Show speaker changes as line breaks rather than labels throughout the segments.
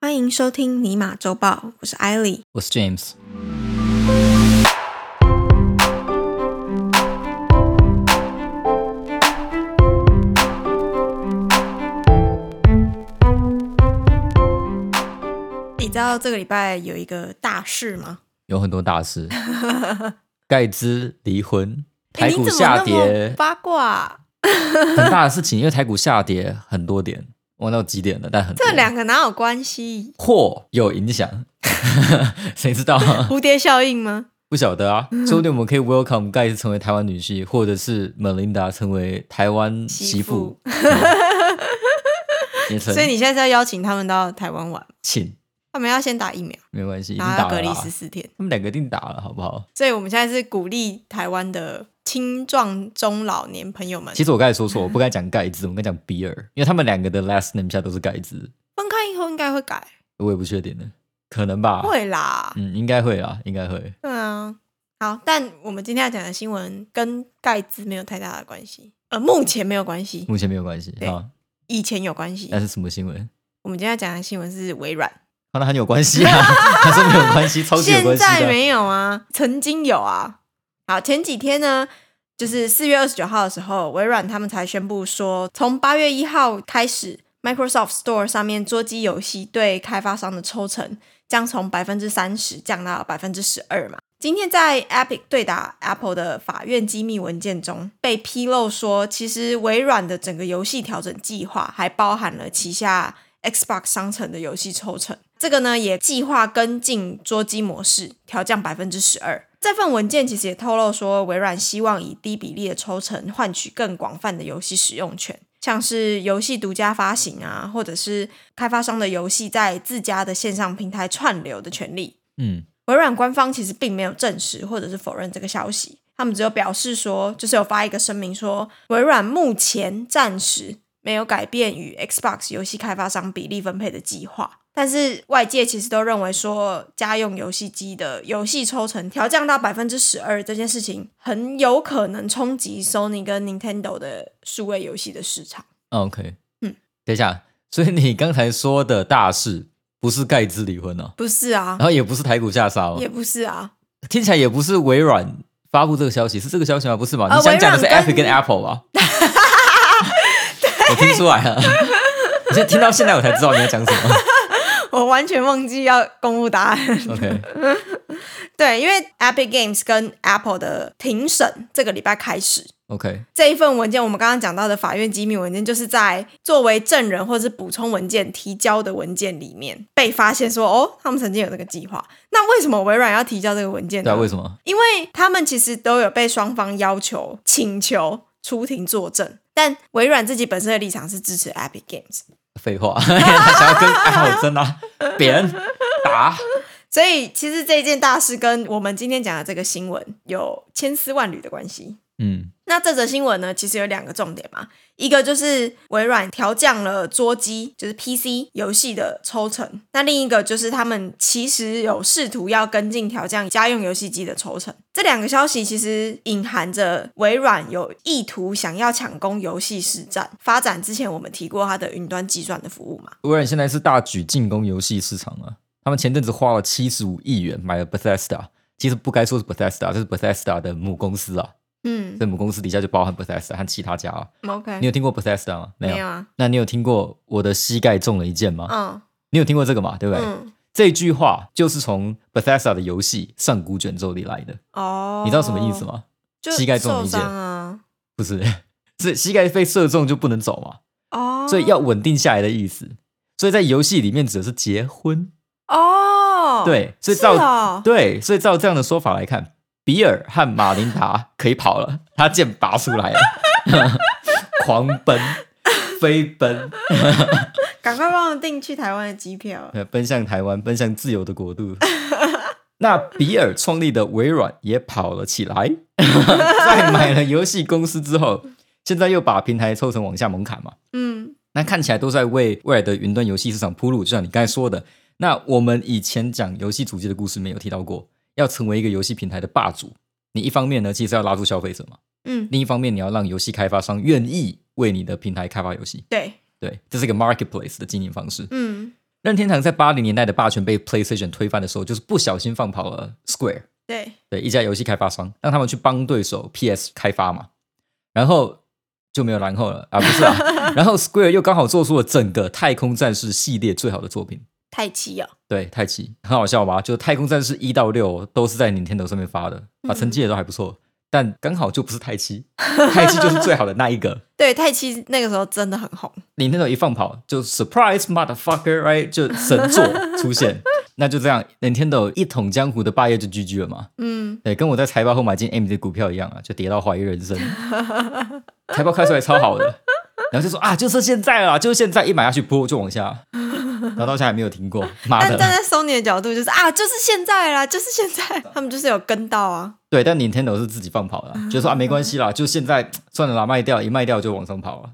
欢迎收听尼玛周报，我是艾莉。
我是 James。
你知道这个礼拜有一个大事吗？
有很多大事，盖兹离婚，
哎
台
你
股
怎么
下
那
跌
么，八卦啊，
很大的事情，因为台股下跌很多点，忘到几点了，但很多
这两个哪有关系？
或有影响， 谁知道、 啊？
蝴蝶效应吗？
不晓得啊，说不定我们可以 welcome 盖茨成为台湾女婿，或者是 Melinda 成为台湾媳妇， 也成
所以你现在是要邀请他们到台湾玩，
请
他们要先打疫苗，
没关系，已经
然后要
打
啊隔
了
离
啦
十四天。
他们两个一定打了，好不好？
所以我们现在是鼓励台湾的青壮中老年朋友们
其实我刚才说错，我不该讲盖茨，我应该讲比尔，因为他们两个的 last name 下都是盖茨，
分开以后应该会改，
我也不确定呢，可能吧，
会啊啦。
啊嗯，应该会啦，应该会。
对啊，好，但我们今天要讲的新闻跟盖茨没有太大的关系，呃，目前没有关系，
目前没有关系
对
啊，
以前有关系
那。是什么新闻？
我们今天要讲的新闻是微软，
啊，那很有关系 啊，他说没有关系，超级有
现
关系
在
的。
没有啊，曾经有啊。好，前几天呢，就是四月二十九号的时候，微软他们才宣布说，从八月一号开始，Microsoft Store 上面桌机游戏对开发商的抽成将从百分之三十降到百分之十二嘛。今天在 Epic 对打 Apple 的法院机密文件中被披露说，其实微软的整个游戏调整计划还包含了旗下 Xbox 商城的游戏抽成。这个呢也计划跟进桌机模式，调降百分之十二。这份文件其实也透露说，微软希望以低比例的抽成换取更广泛的游戏使用权，像是游戏独家发行啊，或者是开发商的游戏在自家的线上平台串流的权利。
嗯，
微软官方其实并没有证实或者是否认这个消息，他们只有表示说，就是有发一个声明说，微软目前暂时没有改变与 Xbox 游戏开发商比例分配的计划。但是外界其实都认为说，家用游戏机的游戏抽成调降到百分之十二这件事情，很有可能冲击 Sony 跟 Nintendo 的数位游戏的市场。
啊 OK，
嗯，
等一下，所以你刚才说的大事不是盖茨离婚哦，
不是啊
然，后也不是台股下杀哦
也，不是啊，
听起来也不是微软发布这个消息，是这个消息吗？不是吧？
呃
你想讲的是
微软
Apple
跟
跟 Apple 吧？我听出来了，你现听到现在我才知道你要讲什么。
我完全忘记要公布答案。
OK，
对，因为 Epic Games 跟 Apple 的庭审这个礼拜开始，
OK，
这一份文件我们刚刚讲到的法院机密文件，就是在作为证人或是补充文件提交的文件里面被发现说，哦，他们曾经有这个计划。那为什么微软要提交这个文件
对啊，
呢？
为什么？
因为他们其实都有被双方要求请求出庭作证，但微软自己本身的立场是支持 Epic Games。
废话， 他想要跟 Apple 争啊，扁打。
所以，其实这件大事跟我们今天讲的这个新闻有千丝万缕的关系。
嗯
那这则新闻呢，其实有两个重点嘛，一个就是微软调降了桌机，就是 PC 游戏的抽成；那另一个就是他们其实有试图要跟进调降家用游戏机的抽成。这两个消息其实隐含着微软有意图想要抢攻游戏市占，发展之前我们提过它的云端计算的服务嘛。
微软现在是大举进攻游戏市场啊，他们前阵子花了七十五亿元买了 Bethesda，其实不该说是 Bethesda，这是 Bethesda 的母公司啊，
嗯
这母公司底下就包含 Bethesda 和其他家啊。你
，OK，
有听过 Bethesda 吗？没
没有
有。
啊，
那你有听过我的膝盖中了一箭吗？
嗯
你有听过这个吗？对不对？
嗯，
这句话就是从 Bethesda 的游戏《上古卷轴》里来的。
哦，
你知道什么意思？吗？
就
膝盖中了
受
一箭
伤啊，
不是，是膝盖被射中就不能走嘛，
哦，
所以要稳定下来的意思。所以在游戏里面指的是结婚。
哦，
对，所以
是
照、
哦
对，所以照这样的说法来看，比尔和马琳达可以跑了，他剑拔出来了， 狂奔、飞奔，
赶快帮我订去台湾的机票。
呃奔向台湾，奔向自由的国度。 那比尔创立的微软也跑了起来， 在买了游戏公司之后，现在又把平台抽成往下猛砍嘛。
嗯，
那看起来都在为未来的云端游戏市场铺路，就像你刚才说的。那我们以前讲游戏主机的故事没有提到过，要成为一个游戏平台的霸主，你一方面呢，其实要拉住消费者嘛，
嗯，
另一方面你要让游戏开发商愿意为你的平台开发游戏，
对，
对，这是一个 marketplace 的经营方式。
嗯，
任天堂在八零年代的霸权被 PlayStation 推翻的时候，就是不小心放跑了 Square，
对，
对一家游戏开发商，让他们去帮对手 PS 开发嘛，然后就没有然后了啊，不是啊，然后 Square 又刚好做出了整个太空战士系列最好的作品，
太奇哦，
对，太奇很好笑吧？就太空战士一到六都是在 Nintendo 上面发的，啊，成绩也都还不错，但刚好就不是太七，太七就是最好的那一个。
对，太奇那个时候真的很红，
Nintendo 一放跑，就 surprise motherfucker，right？就神作出 现，那就这样，Nintendo 一统江湖的霸业就 GG 了嘛。
嗯，
对，跟我在财报后买进 M 的股票一样啊，就跌到怀疑人 生。财报开出来超好的，然后就说啊，就是现在啦，就是现在，一买下去，波就往下，然后到现在还没有停过，妈
但但
的。
在 Sony 的角度就是啊，就是现在啦，就是现在，他们就是有跟到啊，
对，但 Nintendo 是自己放跑了，就说啊，没关系啦，就现在算了啦，卖掉，一卖掉就往上跑了。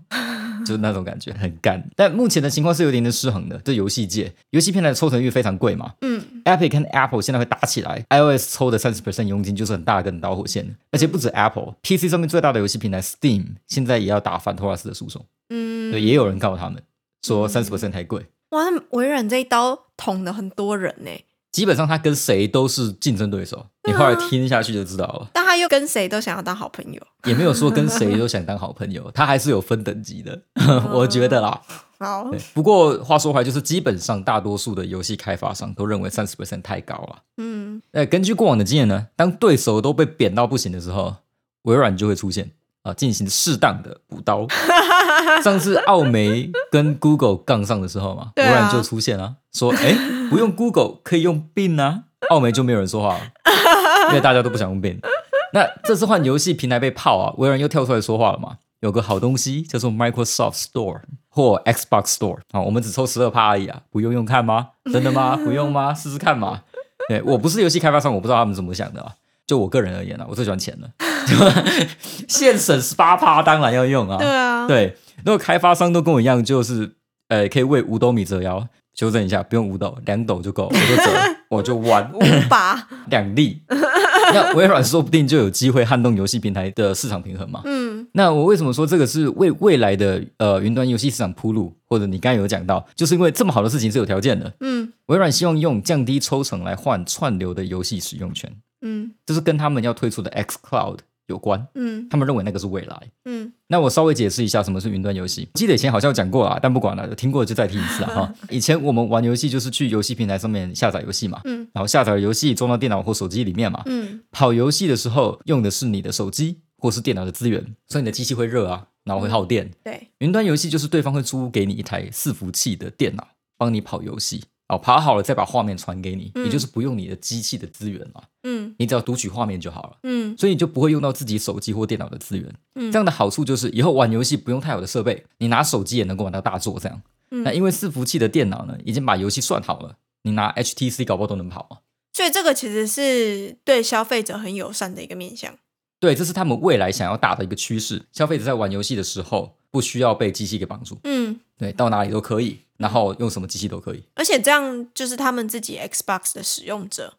就是那种感觉很干，但目前的情况是有点点失衡的。这游戏界，游戏片的抽成率非常贵嘛，
嗯，
Epic 跟 Apple 现在会打起来，iOS 抽的三十 percent 佣金就是很大的根导火线，而且不止 Apple，PC 上面最大的游戏平台 Steam 现在也要打反托拉斯的诉讼，
嗯，
对，也有人告他们说三十 percent 太贵。
哇，那微软这一刀捅了很多人呢、
基本上他跟谁都是竞争对啊手，你后来听下去就知道了，
但他又跟谁都想要当好朋友。
也没有说跟谁都想当好朋友，他还是有分等级的， 我觉得啦。
好
对，不过话说回来，就是基本上大多数的游戏开发商都认为三十 percent 太高了。
嗯，
呃，根据过往的经验呢，当对手都被扁到不行的时候，微软就会出现啊，进行适当的补 刀。上次奥媒跟 Google 杠上的时候嘛，
对啊
微软就出现啊，说哎，诶不用 Google 可以用 Bing 啊，奥媒就没有人说话了，因为大家都不想用 Bing。那这次换游戏平台被泡啊，微软又跳出来说话了嘛。有个好东西叫做 Microsoft Store 或 Xbox Store 啊，我们只抽十二趴而已啊，不用用看吗？真的吗？不用吗？试试看嘛。对我不是游戏开发商，我不知道他们怎么想的啊。就我个人而言啊，我最喜欢钱了， 现省十八趴当然要用啊。
对啊，
对，如果开发商都跟我一样，就是呃，可以为五斗米折腰，修正一下，不用五斗，两斗就够，我就折，我就弯
五把，
两粒。那微软说不定就有机会撼动游戏平台的市场平衡嘛。
嗯，
那我为什么说这个是为未来的呃云端游戏市场铺路？或者你刚才有讲到，就是因为这么好的事情是有条件的。
嗯
微软希望用降低抽成来换串流的游戏使用权，
嗯
这是跟他们要推出的 X Cloud 有关。
嗯
他们认为那个是未来。
嗯，
那我稍微解释一下什么是云端游戏。记得以前好像有讲过啦，但不管了，有听过就再听一次啊。 哈，以前我们玩游戏就是去游戏平台上面下载游戏嘛，
嗯，
然后下载了游戏装到电脑或手机里面嘛。
嗯
跑游戏的时候用的是你的手机或是电脑的资源，所以你的机器会热啊，然后会耗电。
对，
云端游戏就是对方会租给你一台伺服器的电脑，帮你跑游戏。哦，跑好了再把画面传给你，
嗯
也就是不用你的机器的资源了，
嗯
你只要读取画面就好了。
嗯
所以你就不会用到自己手机或电脑的资源。
嗯
这样的好处就是以后玩游戏不用太好的设备，你拿手机也能够玩到大作这样。
嗯
那因为伺服器的电脑呢，已经把游戏算好了，你拿 HTC 搞不好都能跑啊。
所以这个其实是对消费者很友善的一个面向。
对，这是他们未来想要打的一个趋势。消费者在玩游戏的时候，不需要被机器给绑住，
嗯，
对，到哪里都可以，然后用什么机器都可以，
而且这样就是他们自己 Xbox 的使用者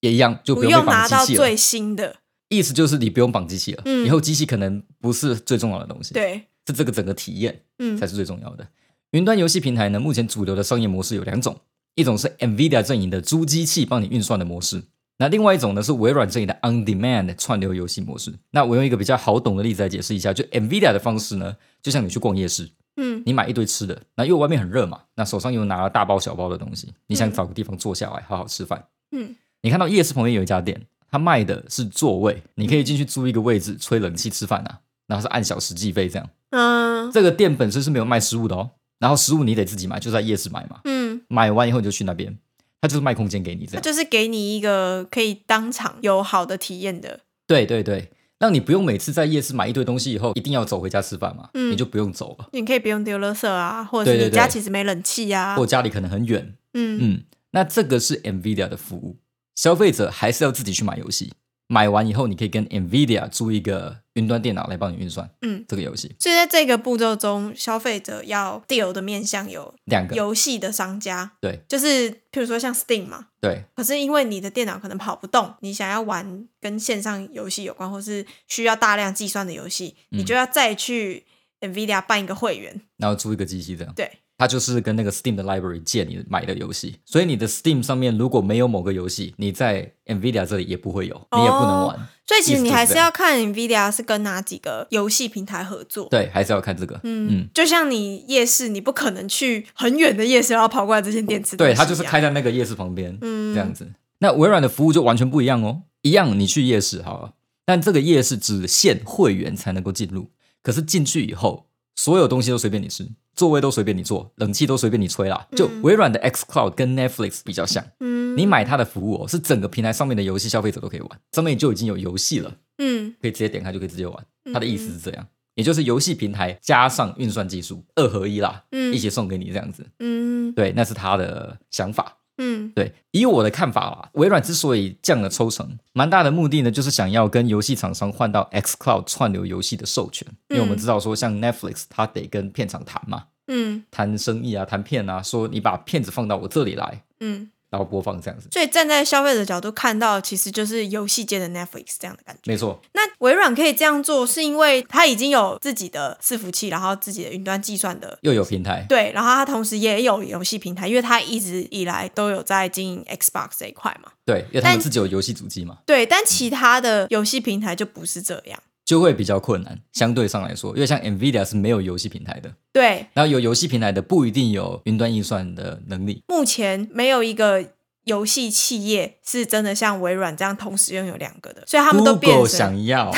也一样，就
不
用被
用拿
绑机
到
器了
最。新的，
意思就是你不用绑机器了，
嗯
以后机器可能不是最重要的东西，，
对，
是这个整个体验。
嗯
才是最重要的。云端游戏平台呢，目前主流的商业模式有两种，一种是 NVIDIA 阵营的租机器帮你运算的模式，那另外一种呢是微软阵营的 On Demand 串流游戏模式。那我用一个比较好懂的例子来解释一下，就 NVIDIA 的方式呢，就像你去逛夜市，
嗯
你买一堆吃的，那因为外面很热嘛，那手上又拿了大包小包的东西，你想找个地方坐下来好好吃饭，
嗯
你看到夜市旁边有一家店，它卖的是座位，你可以进去租一个位置吹冷气吃饭啊，然后是按小时计费这样。
嗯
这个店本身是没有卖食物的哦，然后食物你得自己买，就在夜市买嘛。
嗯，
买完以后你就去那边，他就是卖空间给你这
它
样。
就是给你一个可以当场有好的体验的，
对对对，让你不用每次在夜市买一堆东西以后，一定要走回家吃饭嘛，
嗯
你就不用走了。
你可以不用丢垃圾啊，或者
对
是
对
你家
对
其实没冷气啊，
或家里可能很远，
嗯
嗯，那这个是 Nvidia 的服务，消费者还是要自己去买游戏。买完以后，你可以跟 Nvidia 租一个云端电脑来帮你运算
嗯。
这个游戏。
所以在这个步骤中，消费者要 deal 的面向有
两个
游戏的商家，
对
就是譬如说像 Steam 嘛，
对
可是因为你的电脑可能跑不动，你想要玩跟线上游戏有关或是需要大量计
嗯
算的游戏，你就要再去 Nvidia 办一个会员，
然后租一个机器这样。
对，
它就是跟那个 Steam 的 library 借你买的游戏，所以你的 Steam 上面如果没有某个游戏，你在 Nvidia 这里也不会有，你也不能玩。
所以其实
意思
你
就是
还是
这样
要看 NVIDIA 是跟哪几个游戏平台合作。
对，还是要看这个。
嗯，就像你夜市，你不可能去很远的夜市，然后跑过来这间店吃东西一
对，
样。
它就是开在那个夜市旁边，
嗯
这样子。那微软的服务就完全不一样哦，一样你去夜市好了，但这个夜市只限会员才能够进入。可是进去以后，所有东西都随便你吃，座位都随便你坐，冷气都随便你吹啦。就微软的 X Cloud 跟 Netflix 比较像，
嗯
你买它的服务哦，是整个平台上面的游戏消费者都可以玩，上面就已经有游戏了，
嗯
可以直接点开就可以直接玩。它的意思是这样，也就是游戏平台加上运算技术二合一啦，
嗯
一起送给你这样子。
嗯
对，那是他的想法。
嗯
对，以我的看法啦，微软之所以降了抽成，蛮大的目的呢，就是想要跟游戏厂商换到 xCloud 串流游戏的授权，因为我们知道说，像 Netflix 它得跟片场谈嘛，
嗯
谈生意啊，谈片啊，说你把片子放到我这里来，
嗯，
然后播放这样子。
所以站在消费者角度看到，其实就是游戏界的 Netflix 这样的感觉。
没错，
那微软可以这样做，是因为它已经有自己的伺服器，然后自己的云端计算的。
又有平台，
对，然后它同时也有游戏平台，因为它一直以来都有在经营 Xbox 这一块嘛。
对，因为他
但
们自己有游戏主机嘛，
对，但其他的游戏平台就不是这样。
就会比较困难。相对上来说，因为像 Nvidia 是没有游戏平台的，
对，
然后有游戏平台的不一定有云端运算的能力。
目前没有一个游戏企业是真的像微软这样同时拥有两个的，所以他们都变
Google
成。
想要，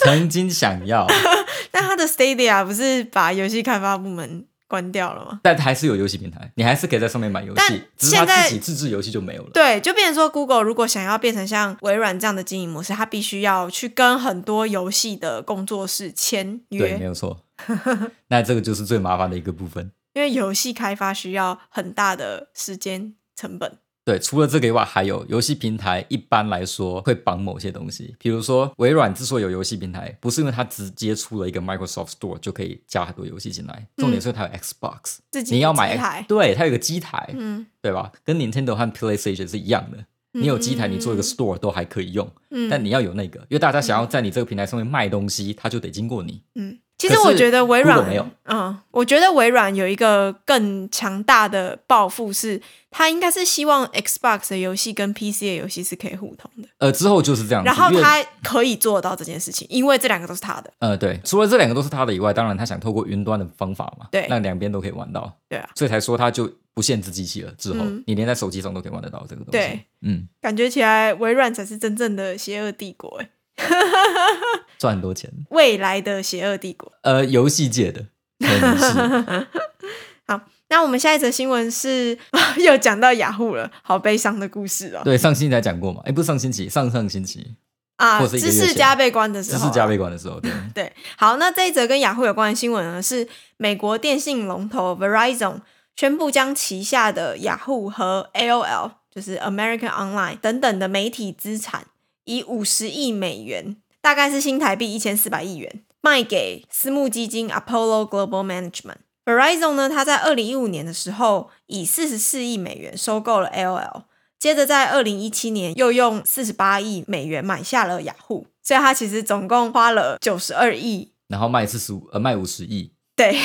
曾经想要，
那它的 Stadia 不是把游戏开发部门关掉了吗？
但还是有游戏平台，你还是可以在上面买游戏
但，
只是它
现
自
在
己自制游戏就没有了。
对，就变成说，Google 如果想要变成像微软这样的经营模式，它必须要去跟很多游戏的工作室签
对，没
约，
有错。那这个就是最麻烦的一个部分。
因为游戏开发需要很大的时间成本。
对，除了这个以外，还有游戏平台一般来说会绑某些东西，比如说微软之所以有游戏平台，不是因为它直接出了一个 Microsoft Store 就可以加很多游戏进来，重点是它有 Xbox，、
自己
你要
嗯
买
机台
对，它有个机台，
嗯
对吧？跟 Nintendo 和 PlayStation 是一样的，你有机台，你做一个 Store 都还可以用，
嗯
但你要有那个，因为大家想要在你这个平台上面卖东西，它就得经过你。
嗯，其实
可是
我觉得微软
Google 没有，
嗯，我觉得微软有一个更强大的抱负是，它应该是希望 Xbox 的游戏跟 PC 的游戏是可以互通的，
呃，之后就是这样子。
然后
因为
它可以做到这件事情，因为这两个都是它的，
呃，对，除了这两个都是他的以外，当然他想透过云端的方法嘛，
对
让两边都可以玩到，
对啊，
所以才说他就不限制机器了。之后、
嗯
你连在手机上都可以玩得到这个东西。
对，
嗯，
感觉起来微软才是真正的邪恶帝国，哎，
赚很多钱。
未来的邪恶帝国。
呃，游戏界的可 能是
好，那我们下一则新闻是 又讲到雅虎了，好悲伤的故事哦。
对上星期才讲过嘛，哎，不是上星期，上上星期
啊，
或是一个
知
月
识
前
家被关的时
知
候啊，
识加倍馆的时候，对，
对，好，那这一则跟雅虎有关的新闻呢，是美国电信龙头 Verizon 宣布将旗下的雅虎和 AOL，就是 American Online 等等的媒体资产，以五十亿美元，大概是新台币一千四百亿元，卖给私募基金 Apollo Global Management。Verizon 呢，它在二零一五年的时候以四十四亿美元收购了 AOL，接着在二零一七年又用四十八亿美元买下了雅虎，所以它其实总共花了九十二亿。
然后卖四十五，呃，卖五十亿，
对，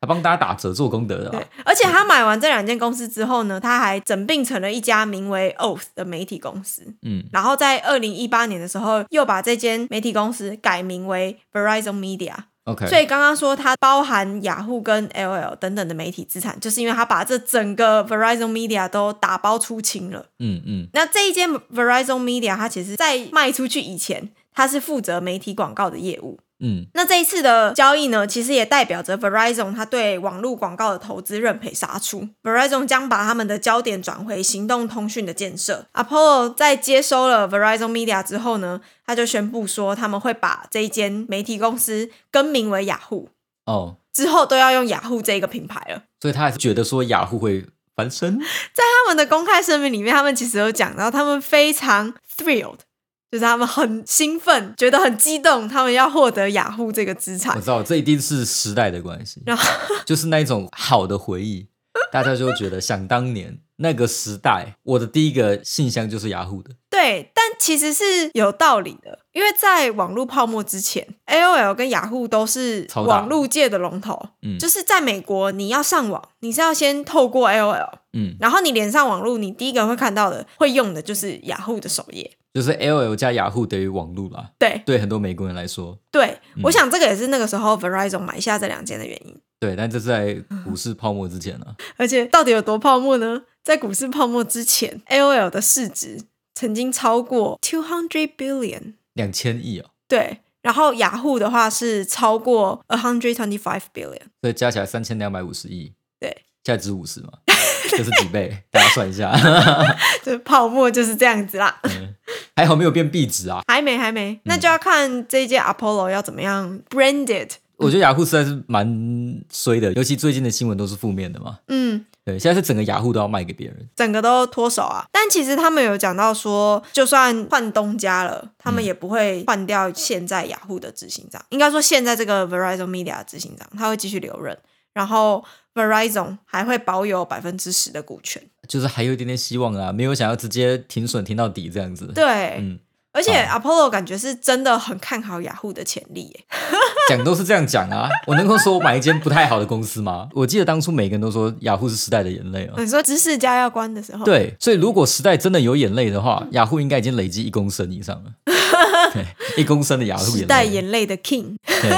他帮大家打折做功德的啊啦
对，而且他买完这两间公司之后呢，他还整并成了一家名为 Oath 的媒体公司。
嗯，
然后在二零一八年的时候，又把这间媒体公司改名为 Verizon Media。
OK，
所以刚刚说它包含雅虎跟 LL 等等的媒体资产，就是因为它把这整个 Verizon Media 都打包出清了。
嗯嗯，
那这一间 Verizon Media，它其实在卖出去以前，它是负责媒体广告的业务。
嗯，
那这一次的交易呢，其实也代表着 Verizon 它对网络广告的投资认赔杀出。Verizon 将把他们的焦点转回行动通讯的建设。Apollo 在接收了 Verizon Media 之后呢，他就宣布说他们会把这一间媒体公司更名为雅虎，
哦，
之后都要用雅虎这一个品牌了。
所以他还是觉得说雅虎会翻身，
他们的公开声明里面，他们其实有讲到，他们非常 thrilled，就是他们很兴奋，觉得很激动，他们要获得雅虎这个资
我
产。
知道这一定是时代的关系，
然后，
就是那一种好的回忆，大家就会觉得想当年那个时代，我的第一个信箱就是雅虎的，
对对，但其实是有道理的，因为在网络泡沫之前，AOL 跟雅虎都是
超大
网络界的龙头。
嗯
就是在美国，你要上网，你是要先透过 AOL，
嗯，
然后你连上网络，你第一个会看到的、会用的就是雅虎的首页。
就是 L L 加雅虎等于网路啦。
对
对很多美国人来说，
对，
嗯
我想这个也是那个时候 Verizon 买下这两间的原因。
对，但这是在股市泡沫之前啊。
而且到底有多泡沫呢？在股市泡沫之前，AOL 的市值曾经超过 two hundred billion，
两千亿哦，
对，然后雅虎的话是超过 a hundred twenty five billion，
所以加起来三千两百五十亿，
对，
价值五十嘛， 就是几倍，大家算一下。
这泡沫就是这样子啦。
还好没有变币值啊，
还没，还没，那就要看这一届 Apollo 要怎么样 branded。
我觉得雅虎实在是蛮衰的，尤其最近的新闻都是负面的嘛。
嗯，
对，现在是整个雅虎都要卖给别人，
整个都脱手啊。但其实他们有讲到说，就算换东家了，他们
嗯
也不会换掉现在雅虎的执行长。应该说，现在这个 Verizon Media 的执行长他会继续留任，然后 Verizon 还会保有百分之十的股权。
就是还有一点点希望啊，没有想要直接停损停到底这样子。，
对，
嗯，
而且 Apollo 感觉是真的很看好雅虎的潜力耶。
讲都是这样讲啊， 我能够说我买一间不太好的公司吗？ 我记得当初每个人都说雅虎是时代的眼泪啊。
哦你说知识家要关的时候，
对，所以如果时代真的有眼泪的话，雅虎应该已经累积一公升以上 了，对，一公升的雅虎
时
眼
代
泪。
眼泪的 King，
对，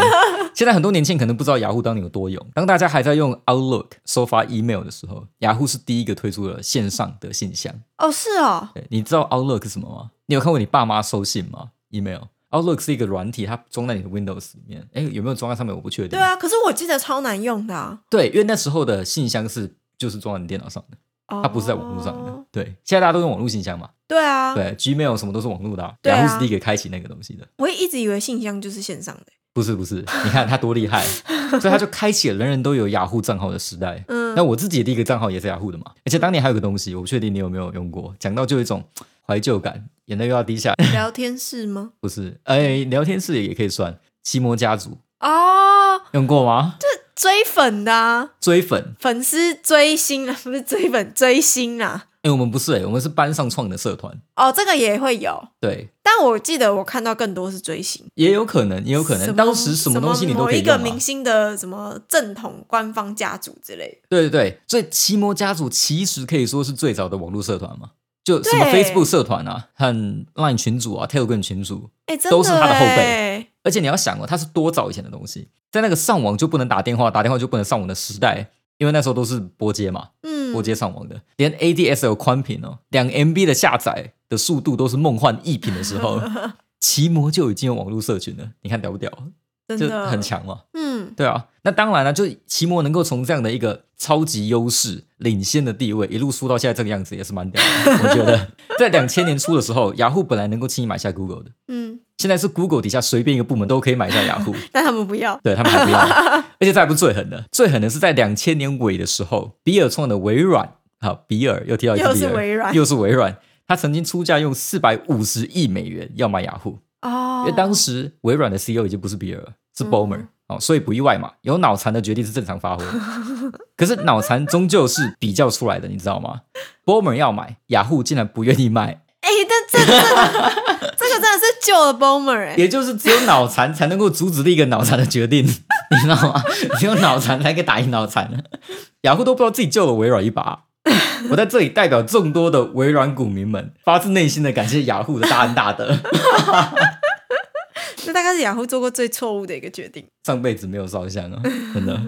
现在很多年轻人可能不知道雅虎当年有多勇。当大家还在用 Outlook 收发 email 的时候，雅虎是第一个推出了线上的信箱。
哦，是哦，
对，你知道 Outlook 是什么吗？你有看过你爸妈收信吗？email Outlook 是一个软体，它装在你的 Windows 里面。哎，有没有装在上面？我不确定。
对，啊，可是我记得超难用的啊。
对，因为那时候的信箱是就是装在你电脑上的，它不是在网络上的。
哦
对，现在大家都用网络信箱嘛。
对啊，
对，Gmail 什么都是网络的、啊，
对啊
雅虎是第一个开启那个东西的。
我也一直以为信箱就是线上的。
不是不是，你看他多厉 害，所以他就开启了人人都有雅虎账号的时代。
嗯
那我自己的第一个账号也是雅虎的嘛，而且当年还有个东西，我不确定你有没有用过，讲到就有一种怀旧感，眼泪又要滴下来。
聊天室吗？
不是，哎、聊天室也可以算。奇摩家族
哦，
用过吗？
追粉的、啊、
追粉，
粉丝追星啊，不 是追粉追星啊。
哎、我们不是、哎，我们是班上创的社团，
哦，这个也会有，
对，
但我记得我看到更多是追星。
也有可能，也有可
什
能，
么
当时什么东西你都可以
什么
用、
某一个明
啊。
星的什么正统官方家族之类的。
对对对，所以奇摩家族其实可以说是最早的网络社团嘛，就什么
对
Facebook 社团啊，和 Line 群组啊，Telegram 群组，
哎，真的
都是他的后辈
哎。
而且你要想哦，它是多早以前的东西，在那个上网就不能打电话，打电话就不能上网的时代，因为那时候都是拨接嘛，
嗯
拨，接上网的，连 ADSL 宽频哦，两 MB 的下载的速度都是梦幻一品的 时候，奇摩就已经有网络社群了，你看屌不屌？
真
就
的
很。强嘛，
嗯，
对啊。那当然了，就奇摩能够从这样的一个超级优势、领先的地位一路输到现在这个样子，也是蛮屌 的。我觉得在两千年初的时候，雅虎本来能够轻易买下 Google 的，
嗯，
现在是 Google 底下随便一个部门都可以买下雅虎。
但他们不要。
对他们还不要， 而且这还不是最狠的，最狠的是在两千年尾的时候，比尔创的微软，好，比尔又提到一个
又
比
是
尔，
微软
又是微软，他曾经出价用四百五十亿美元要买雅虎，
哦嗯
因为，当时微软的 CEO 已经不是比尔了，是 Bomer、哦，所以不意外嘛，有脑残的决定是正常发挥，可是脑残终究是比较出来的，你知道吗？Bomer 要买，雅虎竟然不愿意卖，
哎，但这个真的，这个真的是救了 Bomber 哎。
也就是只有脑残才能够阻止另一个脑残的决定， 你知道吗？只有脑残才可以打赢脑残。雅虎都不知道自己救了微软一把。我在这里代表众多的微软股民们，发自内心的感谢雅虎的大恩大德。
这大概是雅虎做过最错误的一个决定。
上辈子没有烧香啊，真的。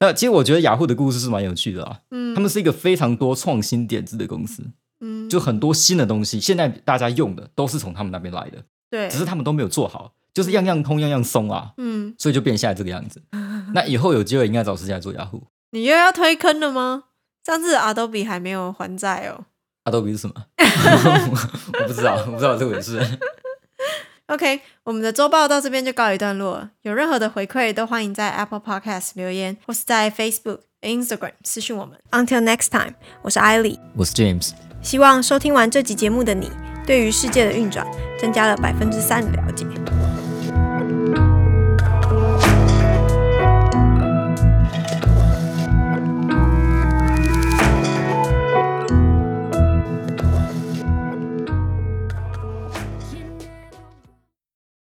那其实我觉得雅虎的故事是蛮有趣的啦，
嗯
他们是一个非常多创新点子的公司，
嗯，
就很多新的东西，现在大家用的都是从他们那边来的，
对
只，是他们都没有做好，就是样样通样样松啊。
嗯，
所以就变现在这个样 子。那以后有机会应该找时间来做雅虎。
你又要推坑了吗？上次 Adobe 还没有还债哦。
Adobe 是 什么？我不知道，我不知道这回事。
OK，我们的周报到这边就告一段落了。有任何的回馈，都欢迎在 Apple Podcast 留言，或是在 Facebook、Instagram 私讯我们。Until next time，我是艾莉。
我是 James，
希望收听完这集节目的你，对于世界的运转增加了百分之三的了解。